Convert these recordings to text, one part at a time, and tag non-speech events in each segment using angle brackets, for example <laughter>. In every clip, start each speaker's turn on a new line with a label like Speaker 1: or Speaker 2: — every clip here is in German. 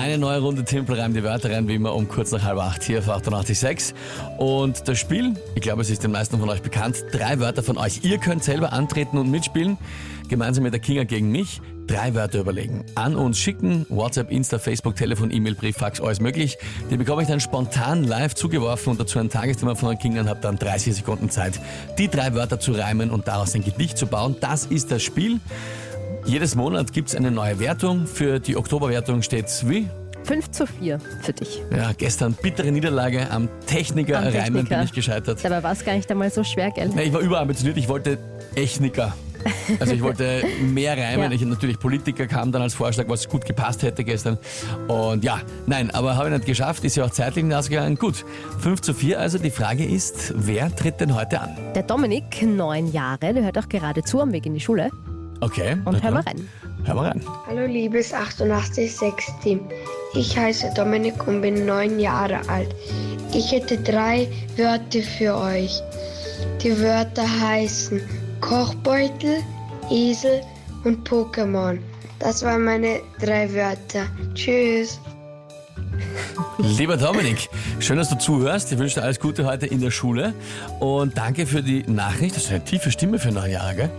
Speaker 1: Eine neue Runde Tempel reimt die Wörter rein, wie immer um kurz nach halb acht hier auf 886. Und das Spiel, ich glaube, es ist den meisten von euch bekannt, drei Wörter von euch. Ihr könnt selber antreten und mitspielen, gemeinsam mit der Kinga gegen mich. Drei Wörter überlegen, an uns schicken, WhatsApp, Insta, Facebook, Telefon, E-Mail, Brief, Fax, alles möglich. Die bekomme ich dann spontan live zugeworfen und dazu ein Tagesthema von der Kinga und habe dann 30 Sekunden Zeit, die drei Wörter zu reimen und daraus ein Gedicht zu bauen. Das ist das Spiel. Jedes Monat gibt es eine neue Wertung. Für die Oktoberwertung steht wie?
Speaker 2: 5 zu 4 für dich.
Speaker 1: Ja, gestern bittere Niederlage am Techniker
Speaker 2: Am
Speaker 1: Reimen bin
Speaker 2: Techniker.
Speaker 1: ich gescheitert.
Speaker 2: Dabei war es gar nicht einmal so schwer, gell?
Speaker 1: Na, ich war überambitioniert, ich wollte Techniker. Also ich wollte mehr reimen.
Speaker 2: Ja.
Speaker 1: Ich natürlich Politiker kam dann als Vorschlag, was gut gepasst hätte gestern. Und ja, nein, aber habe ich nicht geschafft, ist ja auch zeitlich nicht ausgegangen. Gut, 5 zu 4 also. Die Frage ist, wer tritt denn heute an?
Speaker 2: Der Dominik, neun Jahre, der hört auch gerade zu am Weg in die Schule.
Speaker 1: Okay.
Speaker 2: Und hör mal
Speaker 1: rein.
Speaker 2: rein.
Speaker 1: Hör mal rein.
Speaker 3: Hallo liebes 886-Team. Ich heiße Dominik und bin neun Jahre alt. Ich hätte drei Wörter für euch. Die Wörter heißen Kochbeutel, Esel und Pokémon. Das waren meine drei Wörter. Tschüss.
Speaker 1: Lieber Dominik, schön, dass du zuhörst. Ich wünsche dir alles Gute heute in der Schule. Und danke für die Nachricht. Das ist eine tiefe Stimme für neun Jahre, gell?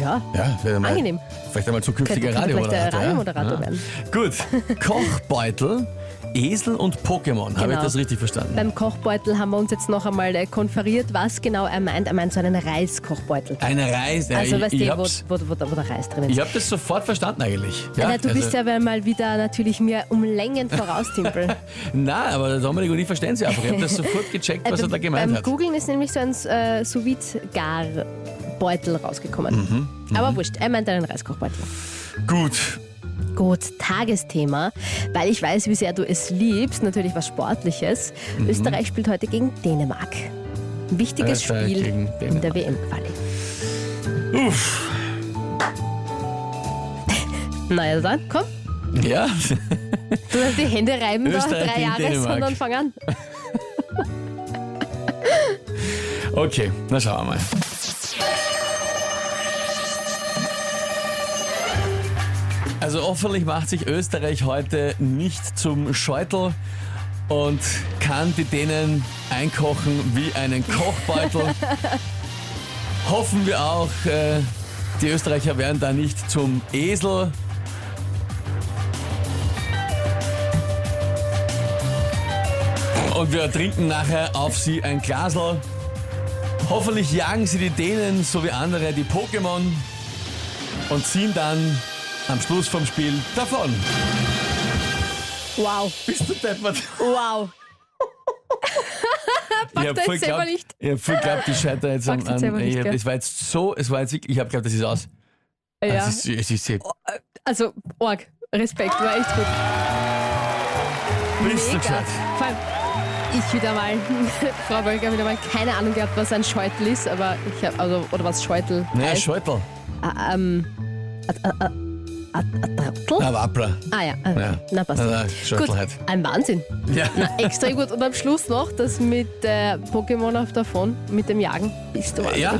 Speaker 2: Ja.
Speaker 1: Ja, vielleicht einmal,
Speaker 2: Angenehm.
Speaker 1: Vielleicht einmal
Speaker 2: Könnte,
Speaker 1: zukünftiger
Speaker 2: könnte vielleicht der
Speaker 1: Radiomoderator.
Speaker 2: Radiomoderator
Speaker 1: ja?
Speaker 2: werden.
Speaker 1: Ja. Gut, Kochbeutel, Esel und Pokémon. Habe ich
Speaker 2: Genau.
Speaker 1: das richtig verstanden?
Speaker 2: Beim Kochbeutel haben wir uns jetzt noch einmal äh, konferiert, was genau er meint. Er meint so einen Reiskochbeutel.
Speaker 1: Eine Reise.
Speaker 2: Also,
Speaker 1: ich,
Speaker 2: weißt
Speaker 1: ich
Speaker 2: du,
Speaker 1: hab's-
Speaker 2: wo, wo, wo, der- wo der Reis drin ist.
Speaker 1: ich habe das sofort verstanden eigentlich. also,
Speaker 2: Na, du bist ja also aber mal wieder natürlich mir um Längen voraus, Timpel.
Speaker 1: Nein, aber der Dominik und ich verstehen es einfach. Ich
Speaker 2: <laughs>
Speaker 1: habe das sofort gecheckt, was
Speaker 2: Äh,
Speaker 1: er Also, da
Speaker 2: beim-
Speaker 1: gemeint
Speaker 2: Beim
Speaker 1: hat.
Speaker 2: Googlen ist nämlich so ein äh, sous vide gar beutel rausgekommen. Aber wurscht, er meint einen Reiskochbeutel.
Speaker 1: Mhm, Gut,
Speaker 2: Gut, Tagesthema, weil ich weiß, wie sehr du es liebst, natürlich was Sportliches.
Speaker 1: Mhm.
Speaker 2: Österreich spielt heute gegen Dänemark. Ein Wichtiges
Speaker 1: Österreich
Speaker 2: Spiel
Speaker 1: gegen
Speaker 2: in
Speaker 1: Dänemark.
Speaker 2: der WM-Quali.
Speaker 1: uff.
Speaker 2: <laughs> Na ja, dann komm,
Speaker 1: Ja,
Speaker 2: du hast die Hände reiben da,
Speaker 1: Österreich
Speaker 2: drei
Speaker 1: gegen
Speaker 2: Jahre
Speaker 1: Dänemark.
Speaker 2: und dann fang an.
Speaker 1: okay, na schauen wir mal. Also hoffentlich macht sich Österreich heute nicht zum Scheutel und kann die Dänen einkochen wie einen Kochbeutel. Hoffen wir auch, äh, die Österreicher werden da nicht zum Esel. Und wir trinken nachher auf sie ein Glasl. Hoffentlich jagen sie die Dänen so wie andere die Pokémon und ziehen dann am Schluss vom Spiel davon.
Speaker 2: Wow,
Speaker 1: Bist du deppert? <laughs>
Speaker 2: wow.
Speaker 1: Ich hab
Speaker 2: jetzt selber nicht.
Speaker 1: ich hab voll geglaubt, ich scheitere jetzt
Speaker 2: Packt
Speaker 1: an.
Speaker 2: jetzt selber
Speaker 1: an ich,
Speaker 2: nicht,
Speaker 1: hab-
Speaker 2: gell?
Speaker 1: es war jetzt so, es war jetzt wirklich, ich hab geglaubt, das ist aus.
Speaker 2: Ja,
Speaker 1: Es ist, es ist,
Speaker 2: also Org, Respekt, war echt gut.
Speaker 1: bist du
Speaker 2: Mega.
Speaker 1: gescheit?
Speaker 2: Vor allem, ich wieder mal, <laughs> Frau Bölger, wieder mal keine Ahnung gehabt, was ein Scheutel ist, aber ich habe, also, oder was Scheutel
Speaker 1: Naja,
Speaker 2: heißt.
Speaker 1: Scheutel.
Speaker 2: Ah, ähm, a- a- a- a- a- Trottel?
Speaker 1: Na, Wappler.
Speaker 2: Ah ja, ah,
Speaker 1: Ja.
Speaker 2: na passt.
Speaker 1: Na, na, Scheutel
Speaker 2: gut,
Speaker 1: halt.
Speaker 2: ein Wahnsinn.
Speaker 1: Ja.
Speaker 2: Extra gut. Und am Schluss noch das mit äh, Pokémon auf davon, mit dem Jagen. Bist du Wahnsinn.
Speaker 1: Ja,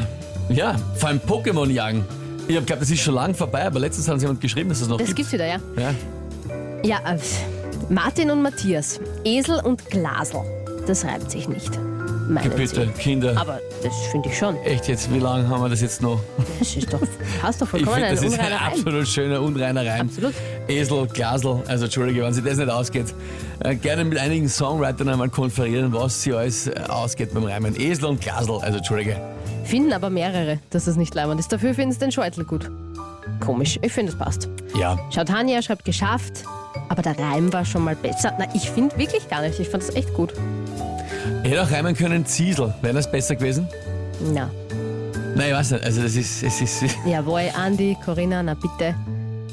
Speaker 1: ja, vor allem Pokémon jagen. Ich hab geglaubt, das ist schon lang vorbei, aber letztens hat uns jemand geschrieben, dass es noch
Speaker 2: Das
Speaker 1: gibt.
Speaker 2: gibt's wieder, ja.
Speaker 1: Ja.
Speaker 2: Ja, äh, Martin und Matthias, Esel und Glasel. Das reibt sich nicht, meinen
Speaker 1: Bitte,
Speaker 2: Sie.
Speaker 1: Kinder.
Speaker 2: Aber das finde ich schon.
Speaker 1: Echt jetzt, wie lange haben wir das jetzt noch?
Speaker 2: Das
Speaker 1: <laughs>
Speaker 2: ist doch, hast doch
Speaker 1: Ich
Speaker 2: vollkommen
Speaker 1: finde,
Speaker 2: einen
Speaker 1: das ist ein
Speaker 2: unreiner Reim.
Speaker 1: absolut schöner, unreiner Reim.
Speaker 2: Absolut.
Speaker 1: Esel, Glasel, also Entschuldige, wenn sie das nicht ausgeht. Äh, gerne mit einigen Songwritern einmal konferieren, was sie alles äh, ausgeht beim Reimen. Esel und Glasel, also Entschuldige.
Speaker 2: Finden aber mehrere, dass das nicht leimend ist. Dafür finden sie den Scheutel gut. Komisch, ich finde, es passt.
Speaker 1: Ja.
Speaker 2: Schaut, Hanja schreibt geschafft, aber der Reim war schon mal besser. Na, ich finde wirklich gar nicht. Ich fand es echt gut.
Speaker 1: Ich hätte auch reimen können Ziesel. Wäre das besser gewesen?
Speaker 2: Na,
Speaker 1: Nein, ich weiß nicht. Also das ist, es ist,
Speaker 2: jawohl, Andi, Corinna, na bitte.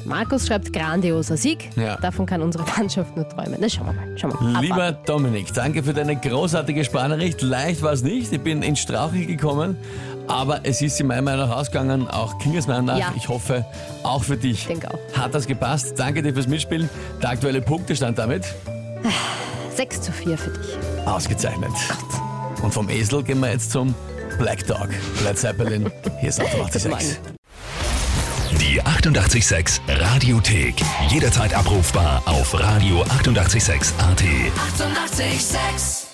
Speaker 2: Markus schreibt grandioser Sieg.
Speaker 1: Ja.
Speaker 2: Davon kann unsere <laughs> Mannschaft nur träumen. Na, schauen wir mal. Schauen wir mal.
Speaker 1: Lieber Dominik, danke für deine großartige Spanericht. Leicht war es nicht. Ich bin ins Straucheln gekommen, aber es ist in meiner Meinung nach ausgegangen. Auch Kinges Meinung nach.
Speaker 2: Ja.
Speaker 1: Ich hoffe, auch für dich.
Speaker 2: Denke auch.
Speaker 1: Hat das gepasst? Danke dir fürs Mitspielen. Der aktuelle Punktestand damit
Speaker 2: 6 zu 4 für dich.
Speaker 1: ausgezeichnet. Und vom Esel gehen wir jetzt zum Black Dog, Led Zeppelin, hier ist
Speaker 2: Guten Morgen.
Speaker 1: 886.
Speaker 4: Die 886 Radiothek. Jederzeit abrufbar auf radio886.at. 886!
Speaker 5: 886